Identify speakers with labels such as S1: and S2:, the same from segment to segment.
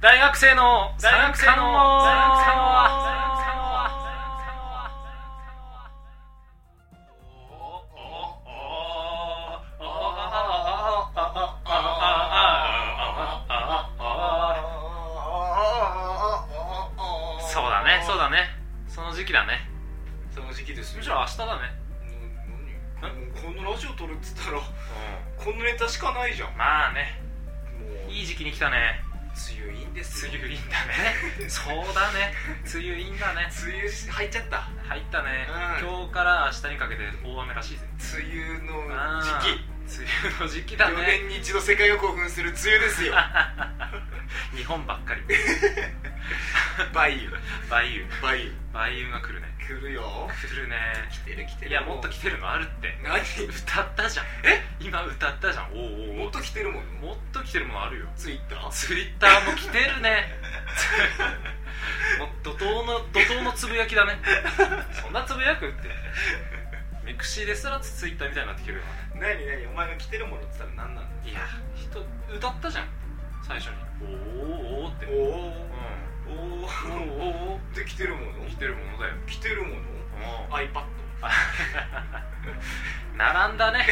S1: 大学生の
S2: 大学生の
S1: 三冠王
S2: 大学生の
S1: そうだねそうだねその時期だね
S2: その時期です
S1: む
S2: よ
S1: しろ明日だね
S2: な何もうこのラジオ撮るっつったらこのネタしかないじゃんも
S1: まあね
S2: う
S1: いい時期に来たね
S2: 梅雨いいんですよ
S1: 梅雨いいんだねそうだね梅雨いいんだね
S2: 梅雨入っちゃった
S1: 入ったね、
S2: うん
S1: 今日から明日にかけて大雨らしいぜ
S2: 梅雨の
S1: あー
S2: 時期
S1: 梅雨の時期だ
S2: 4
S1: ね
S2: 年に一度世界が興奮する梅雨です よ
S1: 日本ばっかり
S2: 梅雨
S1: 梅雨
S2: 梅雨
S1: 梅雨が来るね
S2: 来るよ
S1: 来るね
S2: 来てる来てる
S1: いやもっと来てるのあるって
S2: 何
S1: 歌ったじゃん
S2: え
S1: 今歌ったじゃんおうおうお
S2: も
S1: う
S2: っと来てるもん
S1: もっと来てるものあるよ
S2: ツイッター
S1: ツイッターも来てる ねもう怒涛の怒涛のつぶやきだねそんなつぶやくってミクシーですらツイッターみたいになってきてるよ
S2: 何何お前が来てるものって言ったら何なの
S1: いや人歌ったじゃん最初におーおーおーってうん
S2: おおお
S1: おーおーお
S2: で来てるもの
S1: ー来てるものだよ
S2: 来てるもの
S1: うん
S2: iPad
S1: 並んだね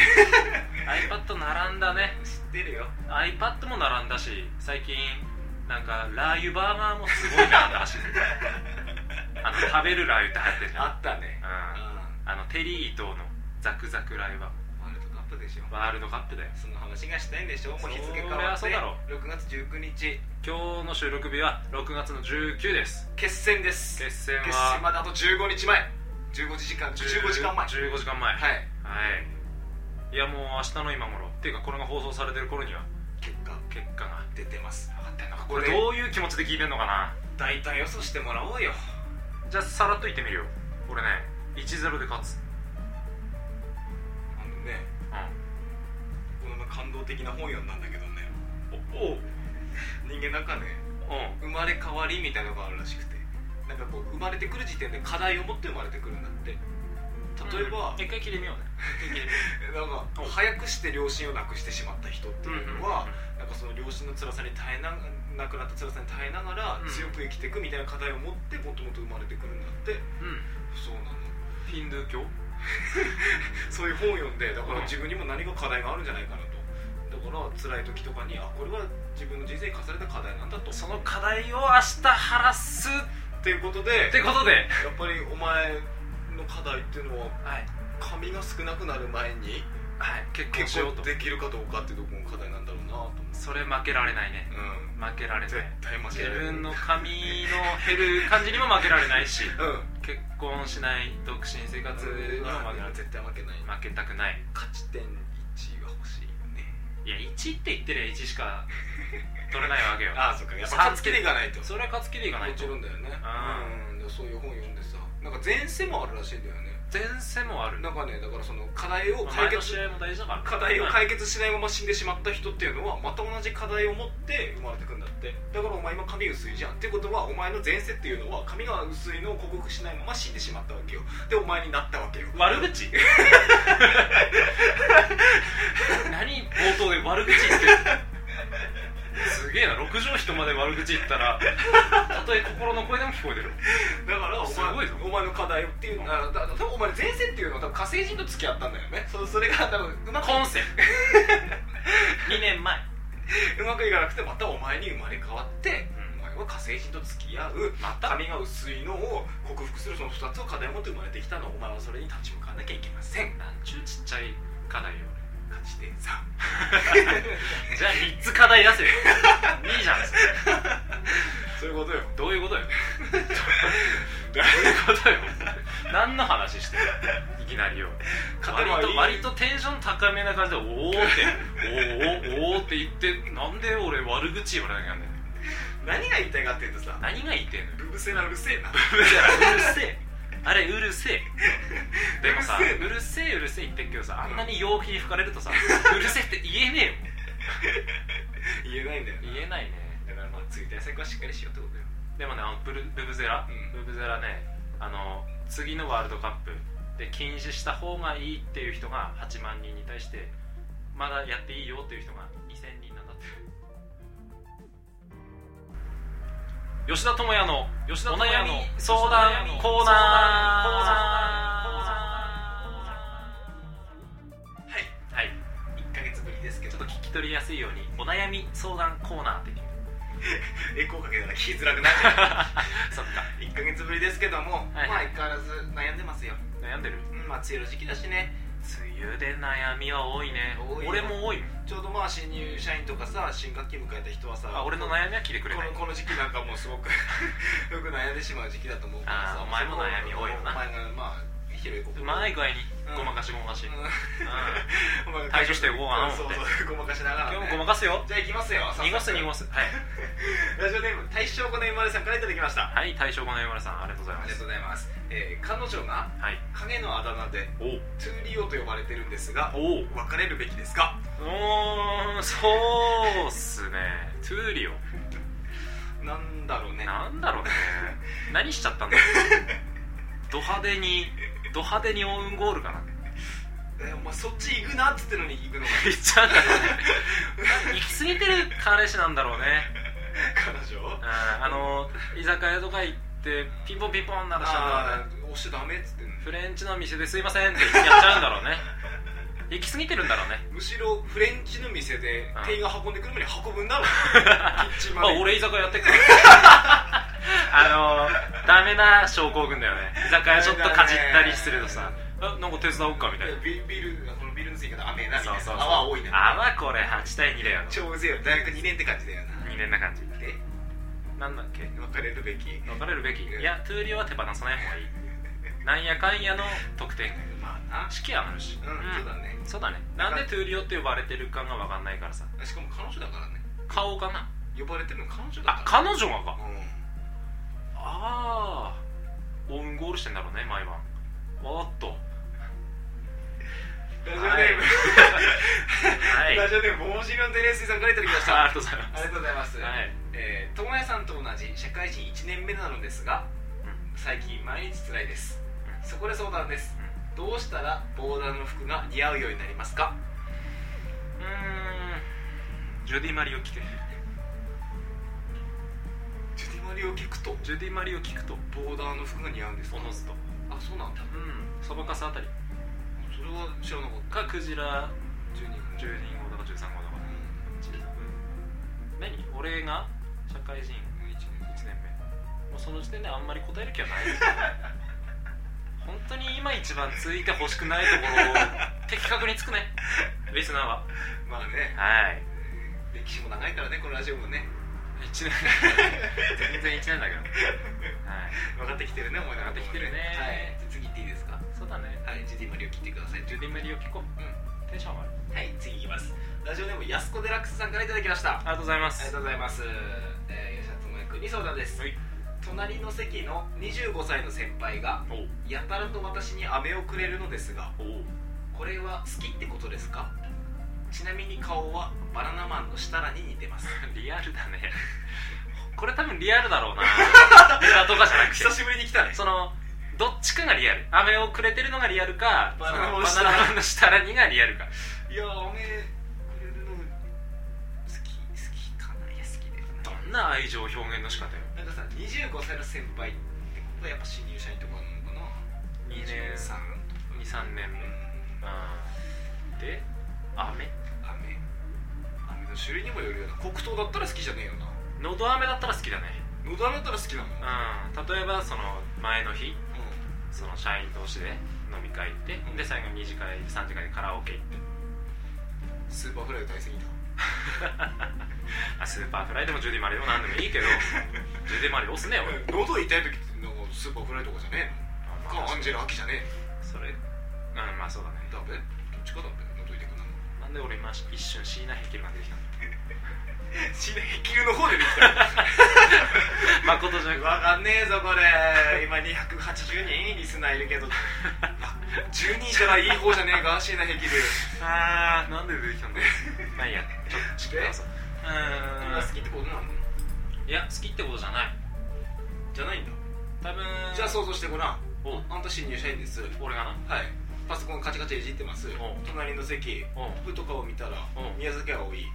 S1: iPad 並んだね
S2: 知ってるよ
S1: iPad も並んだし最近なんかラー油バーガーもすごい並んだらしい あの食べるラー油って流行ってるじゃん
S2: あったね
S1: うんあのテリー伊藤のザクザクライは
S2: うんワールドカップでしょ
S1: ワールドカップだよ
S2: その話がしたいんでしょもう日付変
S1: そり
S2: わ
S1: ゃ
S2: っ
S1: そ
S2: て
S1: うだろ
S2: 6月19日
S1: 今日の収録日は6月の19です
S2: 決戦です
S1: 決戦
S2: 決戦
S1: は
S2: まであと15日前15時間15時間前
S1: 15時間前はい、
S2: はい
S1: い、やもう明日の今頃っていうかこれが放送されてる頃には
S2: 結果
S1: 結果が
S2: 出てます
S1: 分かってんのか
S2: こ
S1: こ
S2: れ
S1: れどういう気持ちで聞いてんのかな
S2: 大体予想してもらおうよ
S1: じゃあさらっと言ってみるよ俺ね1-0で勝つ
S2: あのね
S1: う
S2: この前感動的な本読んだんだけどね
S1: んおおう
S2: 人間なんかね
S1: うん
S2: 生まれ変わりみたいなのがあるらしくてなんかこう生まれてくる時点で課題を持って生まれてくるんだって例えば、
S1: 一回切りみようね一回切り
S2: なんか早くして両親を亡くしてしまった人って
S1: みよう
S2: いうのは、なんかその両親の辛さに耐えな亡くなった辛さに耐えながら
S1: うん
S2: 強く生きていくみたいな課題を持ってもともと生まれてくるんだって
S1: うん、うん、
S2: そうなの
S1: フィンドゥー教
S2: そういう本を読んでだか
S1: うん
S2: ら自分にも何か課題があるんじゃないかなとだから辛い時とかにあこれは自分の人生に課された課題なんだと
S1: その課題を明日晴らすっ
S2: っていうことでやって
S1: ことで、
S2: ぱりお前の課題っていうのは
S1: はい
S2: 髪が少なくなる前に
S1: はい、結婚し
S2: 結
S1: よう
S2: 構
S1: と
S2: できるかどうかっていうところの課題なんだろうなと思って
S1: それ負けられないね
S2: うん
S1: 負けられない
S2: 絶対負け
S1: 自
S2: られない
S1: 分の髪の減る感じにも負けられないし
S2: うん
S1: 結婚しない独身生活にも負けられない
S2: 絶対負けない
S1: 負けたくない
S2: 勝ち点1が欲しいよね
S1: いや1って言ってりゃ1しか取れないわけよ
S2: ああそっかやっ
S1: さ
S2: ぱ勝ちきりがないと
S1: それは勝つきりがない
S2: も
S1: と
S2: ちろんだよね
S1: う
S2: うんそういう本読んでさなんか前世もあるらしいんだよね
S1: 前世もある
S2: なんかねだからその課題を
S1: 前
S2: 解
S1: の
S2: 決
S1: 試合も大事だから
S2: 課題を解決しないまま死んでしまった人っていうのはまた同じ課題を持って生まれてくんだってだからお前今髪薄いじゃんってことはお前の前世っていうのは髪が薄いのを克服しないまま死んでしまったわけよでお前になったわけよ
S1: 悪口 何冒頭で悪口言ってるすげえな六畳人まで悪口言ったらたとえ心の声でも聞こえてる
S2: だからお
S1: すごい
S2: 前
S1: ぞ
S2: お前の課題っていうのはだだ多分お前前世っていうのは多分火星人と付き合ったんだよねそそれが多分うまく
S1: 今世2 年前
S2: うまくいかなくてまたお前に生まれ変わって、
S1: うん
S2: お前は火星人と付き合う
S1: また
S2: 髪が薄いのを克服するその2つを課題を持って生まれてきたのお前はそれに立ち向かわなきゃいけません
S1: なんちゅうちっちゃい課題よ
S2: 勝ち点3
S1: じゃあ3つ課題出せ よいいじゃん
S2: そういうことよ
S1: どういうことよどういうことよ何の話してるいきなりよ
S2: 勝てばい
S1: 割
S2: い
S1: と割とテンション高めな感じで「おお」って「おーおーおーって言ってなんで俺悪口言われなきゃなんねん
S2: 何が言いたいかっていうとさ
S1: 何が言ってんのよ
S2: ブブセラうるせえな
S1: うるせえあれうるせえでもさ
S2: うるせえ
S1: うるせえうるせえ言ってっけどさあんなに陽気に吹かれるとさうるせえって言えね
S2: 言えないんだよ
S1: えよ
S2: ね
S1: 言えないね
S2: だからまあつい対策はしっかりしようってことよ
S1: でもねあのブルブブゼラ、
S2: うん
S1: ブブゼラねあの次のワールドカップで禁止した方がいいっていう人が8万人に対してまだやっていいよっていう人が2000人なんだって吉田智也の吉田
S2: お
S1: 智
S2: 悩
S1: 也
S2: み
S1: の
S2: 相
S1: 相
S2: 談
S1: 談
S2: コ
S1: コ
S2: ー
S1: ー
S2: ナ
S1: ナ
S2: ー
S1: ー
S2: はい
S1: はい
S2: 1か月ぶりですけ
S1: ちょ
S2: ど
S1: っと聞き取りやすいようにお悩み相談コーナーって言ってみる
S2: エコーかけたら聞きづらくなっちゃう
S1: そっか
S2: 1か月ぶりですけども、
S1: はい
S2: まあ相変わらず悩んでますよ、
S1: 悩んでる
S2: うん、まあ梅雨の時期だしね
S1: 梅雨で悩みは多いね
S2: 多いよ
S1: 俺も多いもん
S2: ちょうどまあ新入社員とかさ新学期迎えた人はさ
S1: あ俺の
S2: み
S1: 悩みは聞いてく
S2: こ
S1: れない
S2: のこの時期なんかもうすごく よく悩んでしまう時期だと思うからさ
S1: あーお前も悩み多いよな
S2: お前がまあ広いこ
S1: うまい具合に
S2: うん
S1: ごまかしごまかし、うん
S2: お前が
S1: 対処していこうかな
S2: そう
S1: 思
S2: そうごまかしながら、ね、
S1: 今日もごまかすよ
S2: じゃあ行きますよ
S1: 濁す濁
S2: す
S1: すはい
S2: ラジオネーム大正5年生まれさんからいただきました
S1: はい大正後の山田さんありがとうござい
S2: あ
S1: ま
S2: りがと
S1: す
S2: うございます、えー彼女が
S1: はい
S2: 影のあだ名で
S1: お
S2: トゥーリオと呼ばれてるんですが
S1: お
S2: 別れるべきですか
S1: うーんそうっすねトゥーリオ
S2: なんだろうね
S1: なんだろうね何しちゃったんだろうド派手にド派手にオウンゴールかな
S2: えーお前そっち行くなっつってのに行くのが
S1: 言っちゃうんだろうね行き過ぎてる彼氏なんだろうね
S2: 彼女
S1: うんあの居酒屋とか行ってピンポンピンポン鳴らしちゃうんだろうね
S2: あー押しちゃダメっつってんの
S1: フレンチの店ですいませんってやっちゃうんだ ろうね行き過ぎてるんだろうね
S2: むしろフレンチの店で
S1: うん
S2: 店員が運んでくるのに運ぶん だろキッチン
S1: あ
S2: まで
S1: 俺居酒屋やってっ からあのダメな症候群だよね居酒屋ちょっとかじったりするとさあなんか手伝おうかみたいな
S2: ビビールこのビールの追加で雨なみたい
S1: そうそ
S2: な
S1: うそう
S2: 泡多いな
S1: 泡これ8対2だよ
S2: 超うぜえよ大学2年って感じだよな
S1: 2年な感じ
S2: で
S1: なんだっけ
S2: 別れるべき
S1: 別れるべきいやトゥーリオは手放さない方がいいなんやかんやの得点
S2: まあな
S1: 四季はあるし、
S2: うん、そうだね
S1: そうだねなんでトゥーリオって呼ばれてるかが分かんないからさ
S2: しかも彼女だからね
S1: 顔かな
S2: 呼ばれてるの彼女だ
S1: あ
S2: か
S1: 彼女がから
S2: う
S1: ああオウンゴールしてんだろうね毎晩おーっと
S2: んラジオネーム、
S1: はい
S2: ラジオネームモージロンデレースイさんからいただきました
S1: あ
S2: あ
S1: りがとうございます
S2: りがとうございます、
S1: はい
S2: えー、友也さんと同じ社会人1年目なのですが最近毎日辛いですそこで相談ですどうしたらボーダーの服が似合うようになりますか
S1: うんうーんジュディ・マリを聞け
S2: ジュディマリを聞くと
S1: ジュディ・マリを聞くと
S2: ボーダーの服が似合うんです
S1: おのずと
S2: あそうなんだ
S1: うんそばかすあたり
S2: それは知らなかっ
S1: かクジラ
S2: た12分
S1: 10人号だか13号だか何俺が社会人1年目もうその時点であんまり答える 気はない本当に今一番ついてほしくないところを的確につくねリスナーは
S2: まあね
S1: はい
S2: 歴史も長いからねこのラジオもね
S1: 1年全然1年だけどはい
S2: 分かってきてるね思いながら
S1: 分かってきてるね
S2: はいじゃあ次行っていいですか
S1: そうだね
S2: はいジュディマリを聞いてください
S1: ジュディ・マリを聞こう、テンション上がる
S2: はい次行きますラジオネームやすこデラックスさんからいただきました
S1: ありがとうございま
S2: ありが
S1: す
S2: とうございます、えー、吉田智也君に相談です、
S1: はい
S2: 隣の席の25歳の先輩が
S1: おう
S2: やたらと私に飴をくれるのですが
S1: おう
S2: これは好きってことですかちなみに顔はバナナマンの設楽に似てます
S1: リアルだねこれ多分リアルだ ろうなネタとかじゃなくて
S2: 久しぶりに来たね
S1: そのどっちかがリアル飴をくれてるのがリアルか
S2: バ
S1: バ
S2: ナ
S1: ナナ
S2: ナマ
S1: マ
S2: ン
S1: ン
S2: の
S1: の
S2: 下
S1: 下らにがリアルか
S2: いや飴くれるの好き好きかないや好きだよな
S1: どんな愛情表現の仕方よ
S2: なんかさ25歳の先輩ってことはやっぱ新入社員とかなのかな
S1: 二年
S2: 23とか
S1: 23年目うんで飴
S2: 飴飴の種類にもよるよな黒糖だったら好きじゃねえよな
S1: のど飴だったら好きだね
S2: のど飴だったら好きなのうん
S1: うん例えばその前の日その社員同士で飲み会行ってで最後2次会3次会でカラオケ行って
S2: スーパーフライ大好きだ
S1: あスーパーフライでもジュディ・マリでも何でもい いけどジュディ・マリ押すね俺
S2: 喉痛い時ってなんかスーパーフライとかじゃねえのかアンジェラ・アキじゃねえ
S1: それうんまあそうだね
S2: のだべどっちかだべ喉痛くなるの
S1: なんで俺今一瞬椎名ヘキルが出てきたの
S2: 死ねへきるの方でできた
S1: 誠じゃなくて
S2: わかんねえぞこれ今280人リスナーいる けど10人いたらいい方じゃねえかシーナヘキル
S1: あーなんで出てきたんだよまあいいやちょっとちょっと話そう
S2: 今好きってことなの
S1: うーんいや好きってことじゃない
S2: じゃないんだ
S1: 多分
S2: じゃあ想像してごらん
S1: おう
S2: あんた新入社員ですはい
S1: 俺がな
S2: パソコンカチカチいじってます
S1: お
S2: 隣の席
S1: おう
S2: 服とかを見たら
S1: お
S2: 宮崎葵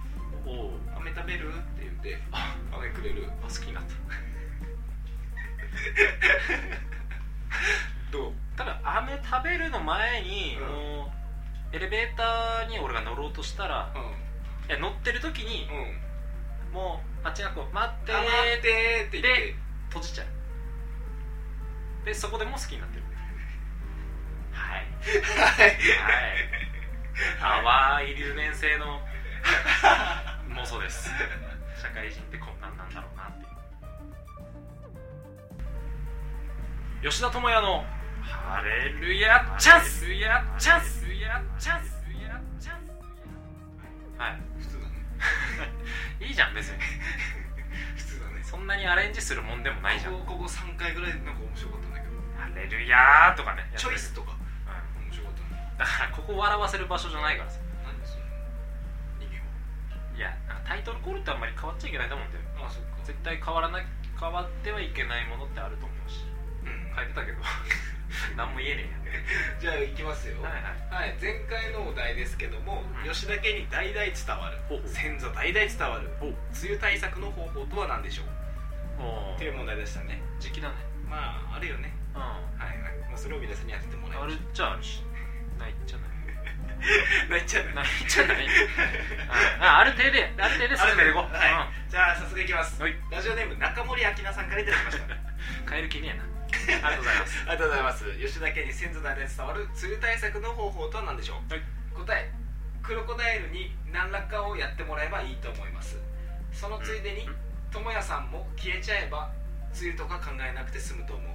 S1: おう
S2: 飴食べるって言って
S1: あ
S2: 飴くれる
S1: あ好きになった
S2: どう
S1: 多分飴食べるの前に、
S2: うん
S1: もうエレベーターに俺が乗ろうとしたら、
S2: う
S1: いや乗ってる時に、
S2: んうん
S1: もうあっちがこう待って
S2: 黙
S1: ー
S2: っ
S1: って
S2: てーって言って
S1: 閉じちゃうでそこでもう好きになってるはい
S2: はい
S1: はい淡い留年性 の妄想です社会人ってこんなんなんだろうなっていう吉田智也の「ハレルヤチャンス」チャンスチャンスチャンスは
S2: 普通だね
S1: いいいじゃん別に
S2: 普通だね
S1: そんなにアレンジするもんでもないじゃん
S2: ここここ3回ぐらいなんか面白かったんだけど
S1: 「ハレルヤー」とかね
S2: チョイスとか
S1: うん
S2: 面白かったね
S1: だからここ笑わせる場所じゃないからさ
S2: 何その意味
S1: いやなんかタイトルコールってあんまり変わっちゃいけないと思うんだよ
S2: はあそっか
S1: 絶対変わらな変わってはいけないものってあると思うし
S2: うん
S1: 書いてたけど 何も言えね
S2: じゃあ行きますよ
S1: えやはいはい
S2: はい、前回のお題ですけども、
S1: うん
S2: 吉田家に代々伝わる
S1: ほうほう
S2: 先祖代々伝わる
S1: お
S2: 梅雨対策の方法とは何でしょう
S1: お
S2: っていう問題でしたね
S1: 時期だね
S2: まああるよね
S1: うんあ
S2: はいはい、まあ、それを皆さんにやっててもらいま
S1: るっ
S2: し
S1: ちゃあるしないっ ちゃない
S2: ょう泣いちゃうね
S1: ないっちゃないうんあある程度ある程度進めていこう
S2: ある程度はじゃあ早速いきます、
S1: はい
S2: ラジオネーム中森明菜さんからいただきました
S1: うん変える気ねえなありがとうございます
S2: ありがとうございます吉田家に先祖代々伝わる梅雨対策の方法とは何でしょう、
S1: はい
S2: 答えクロコダイルに何らかをやってもらえばいいと思いますその ついでに、
S1: うん
S2: ともやさんも消えちゃえば梅雨とか考えなくて済むと思う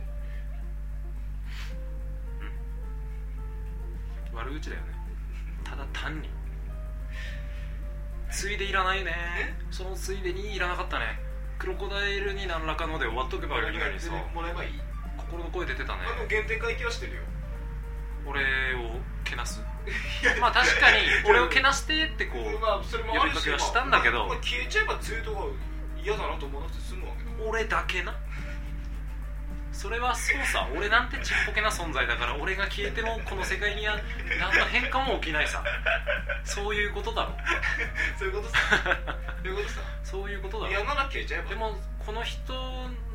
S1: 悪口だよねただ単についでいらないねそのついでにいらなかったねクロコダイルに何らかので終わっとけばいいのにさ
S2: もらえばいい
S1: 心の声出てたね
S2: あでも原点回帰はしてるよ
S1: 俺をけなす
S2: いや
S1: まあ確かに俺をけなしてってこう
S2: まあそれもある
S1: 呼びか
S2: し
S1: けはしたんだけど
S2: まあ消えちゃえば梅雨とか嫌だなと思わなくて済むわ けだ
S1: 俺だけなそれはそうさ俺なんてちっぽけな存在だから俺が消えてもこの世界には何の変化も起きないさそういうことだろ
S2: そういうことさ そういうことさ
S1: そういうことだ
S2: 嫌
S1: ろ
S2: なら消えちゃえば
S1: でもこの人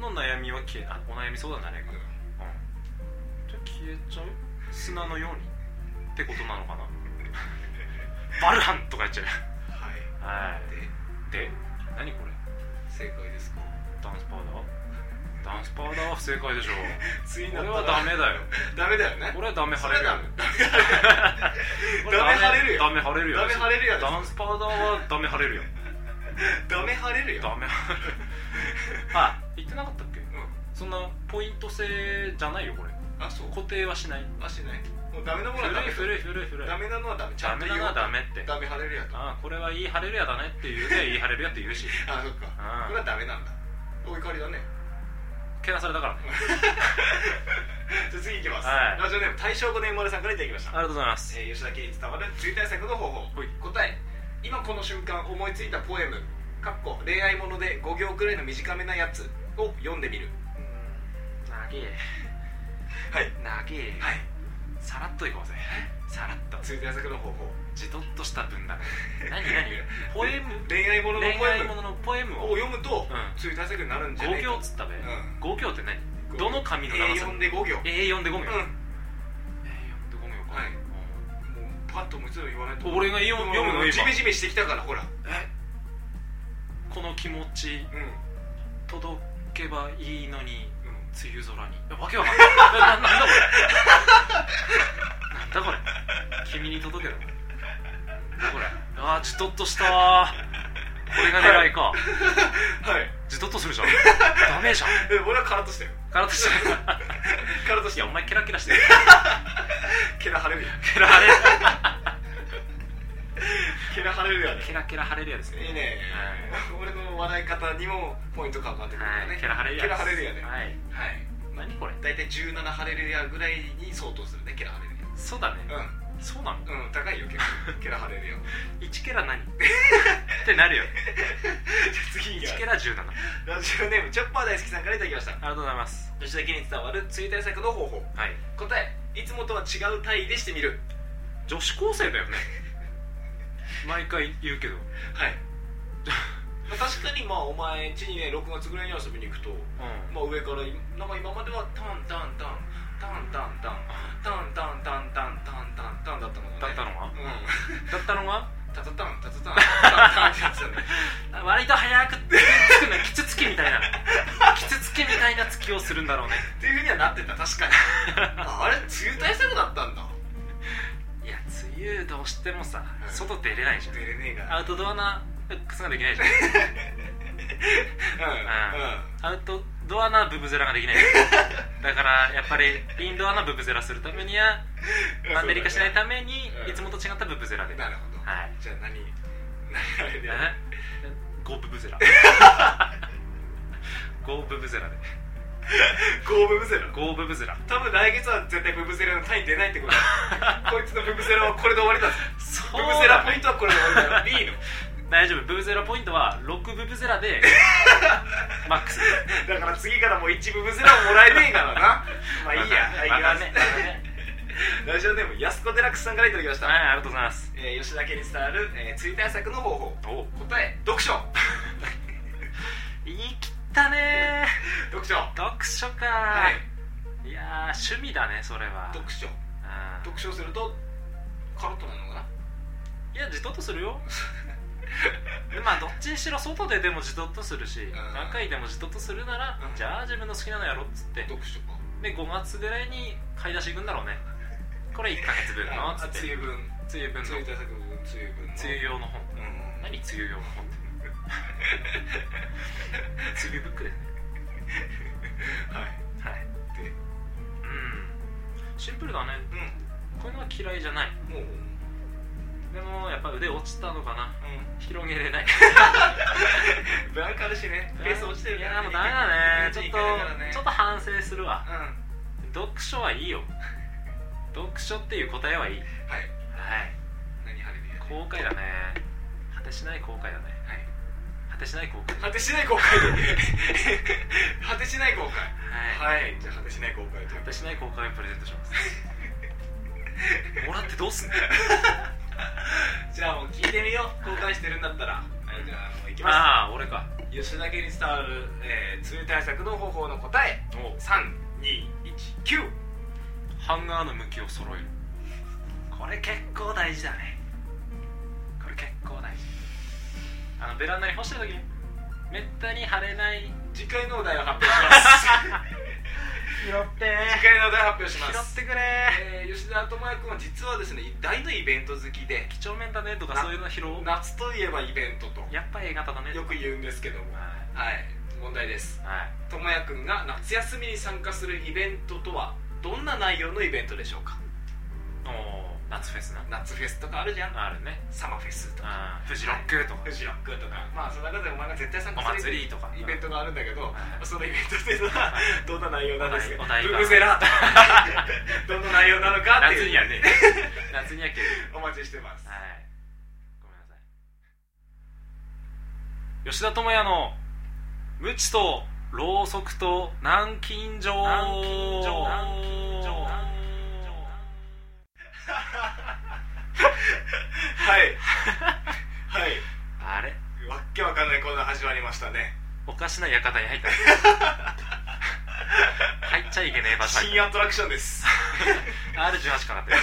S1: の悩みは消えあお悩みそうだねあれがうんじゃあ消えちゃう砂のようにってことなのかなバルハンとか言っちゃう
S2: はい
S1: は
S2: で
S1: いで何これ
S2: 正解ですか
S1: ダンスパウダーダンスパウダーは不正解でしょ
S2: 梅雨に
S1: 俺
S2: な
S1: は
S2: ったら
S1: ダメだよ
S2: ダメだよね
S1: 俺はダメ
S2: そ
S1: 晴
S2: れ
S1: れ
S2: は
S1: る
S2: ダ
S1: よ
S2: メ
S1: 俺
S2: ダメ晴れるよ
S1: ダメ晴れるよ
S2: ダメ晴れるやつ
S1: ダンスパウダーはダメ晴れるよ
S2: ダメ晴れるよ
S1: ダメ晴れるあ言ってなかったっけ
S2: うん
S1: そんなポイント制じゃないよこれ
S2: あそう
S1: 固定はしない
S2: あしないもうダメなものはダ
S1: 古い
S2: メ
S1: 古い古い古い
S2: ダメなのはダメちゃ
S1: ダ
S2: んと
S1: メ
S2: 言
S1: だ
S2: おう
S1: なダメって
S2: ダメ晴れるやと
S1: ああこれはいい晴れるやだねって言うでいい晴れるやって言うし
S2: あそっか
S1: あ
S2: これはダメなんだお怒り だね
S1: けなされたからね
S2: じゃあ次いきます、
S1: はい
S2: ラジオネーム大正5年生まれさんからいただきま
S1: あ
S2: し
S1: り
S2: た、
S1: がとうございます
S2: えー、吉田家に伝わる梅雨対策の方法
S1: はい
S2: 答え今この瞬間思いついたポエムかっこ恋愛もので5行くらいの短めなやつを読んでみる
S1: なげえ
S2: はい
S1: なげえ
S2: はい
S1: さらっといこうぜさらっと
S2: 梅雨対策の方法
S1: じとっとした文だね何何ポエム
S2: 恋愛ものの
S1: 恋
S2: ポエ
S1: 愛
S2: ム
S1: もののポエム
S2: を
S1: を
S2: 読むと、
S1: うん
S2: 梅雨対策になるんじゃな
S1: 5
S2: いか
S1: 行っつったべ
S2: うん
S1: 5行って何どの紙の長さ
S2: A4 で
S1: A4
S2: 5行
S1: で5行
S2: う
S1: A4
S2: ん
S1: で5行かう
S2: はい
S1: ん
S2: もうパッと思いついたの言わないと
S1: 俺が読む読むの
S2: うん
S1: 今
S2: ジメジメしてきたからほら
S1: えこの気持ち
S2: うん、う
S1: 届けばいいのに
S2: ん
S1: 梅雨空にえわけわかんないえな なんだこれなんだこれ君に届けろなんだこれあーじとっとしたわこれが狙いか
S2: はい
S1: じとっとするじゃんダメじゃん
S2: え俺はカラッとしたよ
S1: 体し
S2: カラッと
S1: い
S2: した
S1: や
S2: よ
S1: お前ケラケラしてる
S2: ケラ晴れるや
S1: ケラ晴
S2: ケラ晴れるや
S1: れ
S2: ね
S1: ケラケラ晴れるやですね
S2: いいね俺の笑い方にもポイント感があってくるから
S1: はい、は
S2: ね
S1: い、ケラ晴れるや
S2: ケ
S1: はい
S2: ラ晴れるやねはい
S1: 何これ
S2: 大体17晴れるやぐらいに相当するねケラ晴れる
S1: そうだね
S2: や
S1: そうなの
S2: うんうん高い よ結構ケラ晴れるや
S1: 1ケラ 何ってなるよ
S2: じゃあ次いきま
S1: 1
S2: す
S1: ケラ17あ
S2: ラジオネームチョッパー大好きさんからいただきました
S1: りがとうございます
S2: 吉田家に伝わる梅雨対策の方法
S1: はい
S2: 答えいつもとは違う体位でしてみる
S1: 女子高生だよね毎回言うけど
S2: はい まあ確かにまあお前家にね6月ぐらいに遊びに行くと、
S1: うん
S2: まあ、上からなんか今まではタンタンタンタンタンタンタンタンタンタンタンタンタンだったのが
S1: だ
S2: ね
S1: ったのが
S2: うん
S1: だったのが
S2: タタタンタタタンタタタンってやつだ ね
S1: 割と早くつくのキツツキみたいなキツツキみたいな月をするんだろうね
S2: っていうふうにはなってた確かにああれ梅雨対策だったんだ
S1: いや梅雨どうしてもさ
S2: うん
S1: 外出れないじゃん
S2: 出れねえから
S1: アウトドアなルックスができないじゃ
S2: うん
S1: アウトドアなブブゼラができないだからやっぱりインドアなブブゼラするためには
S2: うん
S1: マンネリ化しないために
S2: うん
S1: いつもと違ったブブゼラで
S2: なるほど
S1: はい
S2: じゃあ何何あれで
S1: ゴブブゼラゴブブゼラで
S2: ゴーブブゼラ
S1: ゴブブゼラ
S2: 多分来月は絶対ブブゼラの単位出ないっ てことだこいつのブブゼラはこれで終わりだぞ
S1: そ
S2: ブ
S1: う
S2: ブゼラポイントはこれで終わりだよ B の
S1: 大丈夫ブブゼラポイントは6ブブゼラ でマックス
S2: だから次からもう1ブブゼラもらえね えからなまあいいやはい
S1: また
S2: 行
S1: ね
S2: き
S1: ま
S2: ま
S1: た
S2: す
S1: ね
S2: ラジオネームやすこデラックスさんからいただきました
S1: はいありがとうございます
S2: えー吉田家に伝わる、えー、釣り対策の方法
S1: お
S2: 答え読書
S1: 言い切ったね
S2: 読書は
S1: ー読書か
S2: い
S1: いやー趣味だねそれは
S2: 読書
S1: うん
S2: 読書するとカロットなのかない
S1: やじとっとするよ まあどっちにしろ外ででもじとっとするし
S2: ん
S1: 中居でもじとっとするなら
S2: うん
S1: じゃあ自分の好きなのやろっつって
S2: 読書か
S1: で5月ぐらいに買い出し行くんだろうねこれ1ヶ月分の
S2: あ
S1: っつっ
S2: 梅
S1: て
S2: 雨分
S1: 梅雨分の
S2: 釣り対策分梅雨分の
S1: 梅雨用の本
S2: うん
S1: 何梅雨用の本って梅雨ブックですね
S2: はい
S1: はい
S2: で
S1: うんシンプルだねこういうのは嫌いじゃない
S2: うんもううん
S1: でもやっぱ腕落ちたのかな広げれない
S2: ブランクあるしねペース落ちてる
S1: い
S2: から
S1: やもうダメだねちょっとちょっと
S2: と
S1: 反省するわ
S2: うんは
S1: 読書はいい よ読書っていう答えはいいはい
S2: い何晴れでやる
S1: 後悔だね果てしない後悔だね
S2: はい
S1: 果てしない後悔
S2: 果てしない後悔で 果てしない後悔
S1: はい
S2: はいじゃあ果てしない後悔と
S1: 果
S2: いうこと
S1: て
S2: で
S1: しない後悔をプレゼントします もらってどうすんの
S2: じゃあもう聞いてみよう後悔してるんだったらはいじゃあもういきま
S1: ああ俺か
S2: す吉田家に伝わる、えー、梅雨対策の方法の答え
S1: お
S2: 3219
S1: ハンガーの向きを揃えるこれ結構大事だねこれ結構大事あのベランダに干してる時にめったに晴れない
S2: 次回のお題を発表します
S1: 拾って
S2: 次回のお題発表します
S1: 拾ってくれ
S2: えー吉田智也君は実はですね大のイベント好きで
S1: 几帳面だねとかそういうの拾おう
S2: 夏といえばイベントと
S1: やっぱ A 型だね
S2: よく言うんですけども
S1: は
S2: はい問題です
S1: い、はい、
S2: ともやくんが夏休みに参加するイベントとはどんな内容のイベントでしょうか
S1: おー夏フェスな
S2: 夏フェスとかあるじゃん
S1: あるね
S2: サマフェスとか
S1: あーフジロックとか
S2: フジロックとかまあその中でお前が絶対参
S1: お
S2: 加する
S1: 祭
S2: イ
S1: りとか
S2: ベントがあるんだけど
S1: はい
S2: そのイベントっていうのはどんな内容なんです
S1: お
S2: か
S1: 題お題
S2: ブ
S1: が
S2: ブゼラとか どんな内容なのかって
S1: 夏
S2: いう
S1: には ね夏にはける
S2: お待ちしてます
S1: はいごめんなさい吉田智也の「無知とろうそくと南京錠」
S2: 南京錠
S1: 南京錠
S2: はいはい
S1: あれ
S2: わっけわかんないコーナー始まりましたね
S1: おかしな館に入った 入っちゃいけねえ場所入っ
S2: 新アトラクションです
S1: た R18 かなって
S2: は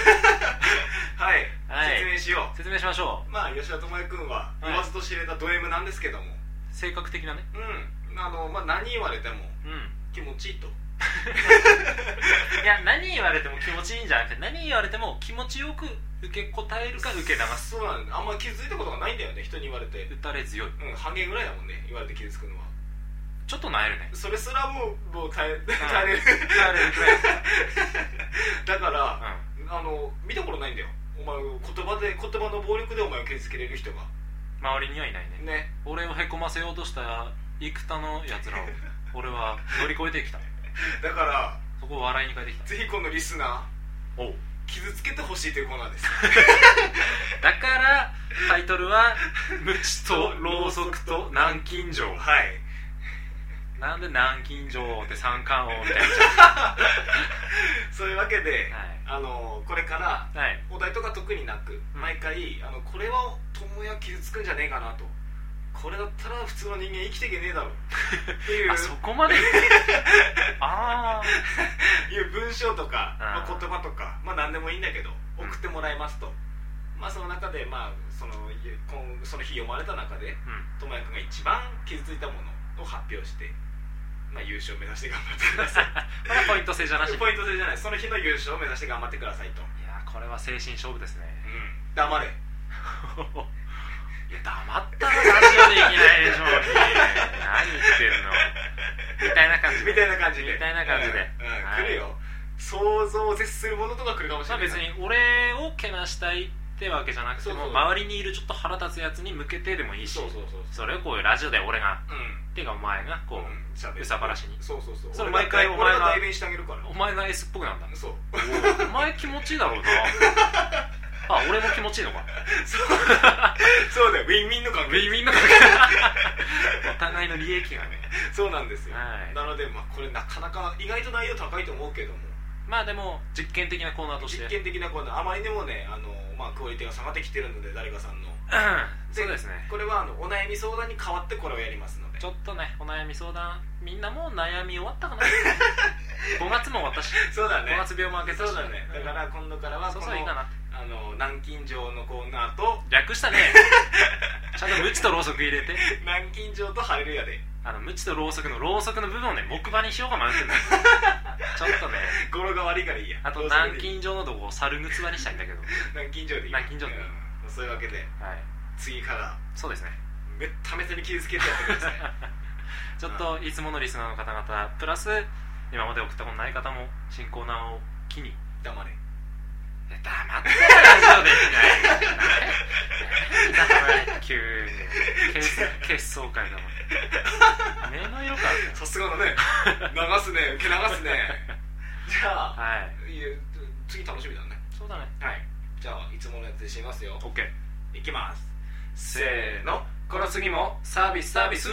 S2: い、
S1: はい
S2: 説明しよ
S1: 説明しましょ
S2: うまあ吉田智也君は
S1: はい
S2: 言わずと知れたド M なんですけども、
S1: う性格的なね
S2: うんあのまあ何言われても
S1: うん
S2: 気持ちいいと
S1: いや何言われても気持ちいいんじゃなくて何言われても気持ちよく受け答えるか受け流す
S2: そうなんだあんま傷ついたことがないんだよね人に言われて
S1: 打たれ強い
S2: うん半減ぐらいだもんね言われて傷つくのは
S1: ちょっとなえるね
S2: それすらもうもう耐え耐えれる
S1: 打たれるくらい
S2: だから、
S1: うん
S2: あの見たことないんだよお前を言葉で言葉の暴力でお前を傷つけれる人が
S1: 周りにはいないね
S2: ね
S1: 俺をへこませようとした幾多のやつらを俺は乗り越えてきた
S2: だから
S1: そこを笑いに変えてきた
S2: ぜひこのリスナ
S1: おう
S2: ー傷つけてほしいというコーナーです
S1: だからタイトルは「無知とろうそくと南京錠
S2: はい」
S1: なんで南京錠って三冠王みたいになっち
S2: そういうわけで、
S1: ゃう
S2: あのこれから
S1: はい、はい、
S2: お題とか特になく、
S1: うん
S2: 毎回あのこれは友や傷つくんじゃねえかなとこれだったら普通の人間生きていけねえだろってい う
S1: あそこ まであ
S2: いう文章とか、まあ、
S1: あー
S2: 言葉とか、まあ、何でもいいんだけど送ってもらいますと、まあ、その中で、まあ、そのゆこんその日読まれた中で
S1: あうん
S2: 智也君が一番傷ついたものを発表して、まあ、優勝目指して頑張ってください
S1: まだポイント制じゃ なしい
S2: ポイント制じゃないその日の優勝を目指して頑張ってくださいと、
S1: やこれは精神勝負 ですね
S2: 黙れ
S1: いや黙ったらラジオでいきないでしょうに何言ってんのみたいな感じで
S2: みたいな感じで
S1: みたいな感じで
S2: うんうん
S1: はい
S2: 来るよ想像を絶するものとか来るかもし
S1: ま
S2: れ
S1: あ
S2: ない、
S1: 別に俺をけなしたいってわけじゃなくて
S2: そうそう
S1: も周りにいるちょっと腹立つやつに向けてでもいいし
S2: そうそうそう
S1: それをこういうラジオで俺が
S2: うん
S1: てかお前がこう、
S2: ん喋る
S1: 憂さ晴らしに
S2: そうそうそう
S1: それ
S2: 俺
S1: 毎
S2: が
S1: 回お前が
S2: 俺が代弁してあげるから
S1: お前が S っぽくなんだ
S2: そう
S1: お前気持ちいいだろうなあ俺も気持ちいいのか
S2: そうだよウィンウィンの関
S1: ウ
S2: 係
S1: ィンウィンのお互いの利益がね
S2: そうなんですよ、
S1: はい
S2: なので、まあ、これなかなか意外と内容高いと思うけども
S1: まあでも実験的なコーナーとし
S2: 実
S1: て
S2: 験的なこのあまりにもねあの、まあ、クオリティが下がってきてるので誰かさんの
S1: うんそうですね
S2: これはあのお悩み相談に代わってこれをやりますので
S1: ちょっとねお悩み相談みんなもう悩み終わった かな5月も終わったし
S2: そうだね
S1: 5月病も明けたし
S2: そうだねだから今度からは
S1: そ
S2: こ
S1: う
S2: の
S1: そういいかな
S2: あの南京錠のコーナーと
S1: 略したねちゃんとムチとろうそく入れて
S2: 南京錠とハレルヤで
S1: あのムチとろうそくのろうそくの部分をね木馬にしようか迷 ってんだちょっとね
S2: 語呂が悪いからいいや
S1: あと
S2: どうせ
S1: 南京錠のとこを猿靴輪にしたいんだけど
S2: 南京錠でいい
S1: 南京錠で
S2: うんそういうわけで
S1: はい
S2: 次から
S1: そうですね
S2: めっためたに傷つけてやってください
S1: ちょっといつものリスナーの方々プラス今まで送ったことない方も新コーナーを機にい
S2: 黙れ
S1: や黙ってラジオで きない黙れ急に結結総会だもん目の色か
S2: さすがだね流すね受け 流すねじゃあ
S1: はい
S2: いえ次楽しみだね
S1: そうだね
S2: はいじゃあいつものやつでしますよ
S1: OK
S2: いきます
S1: せーのこの次もサービスサービス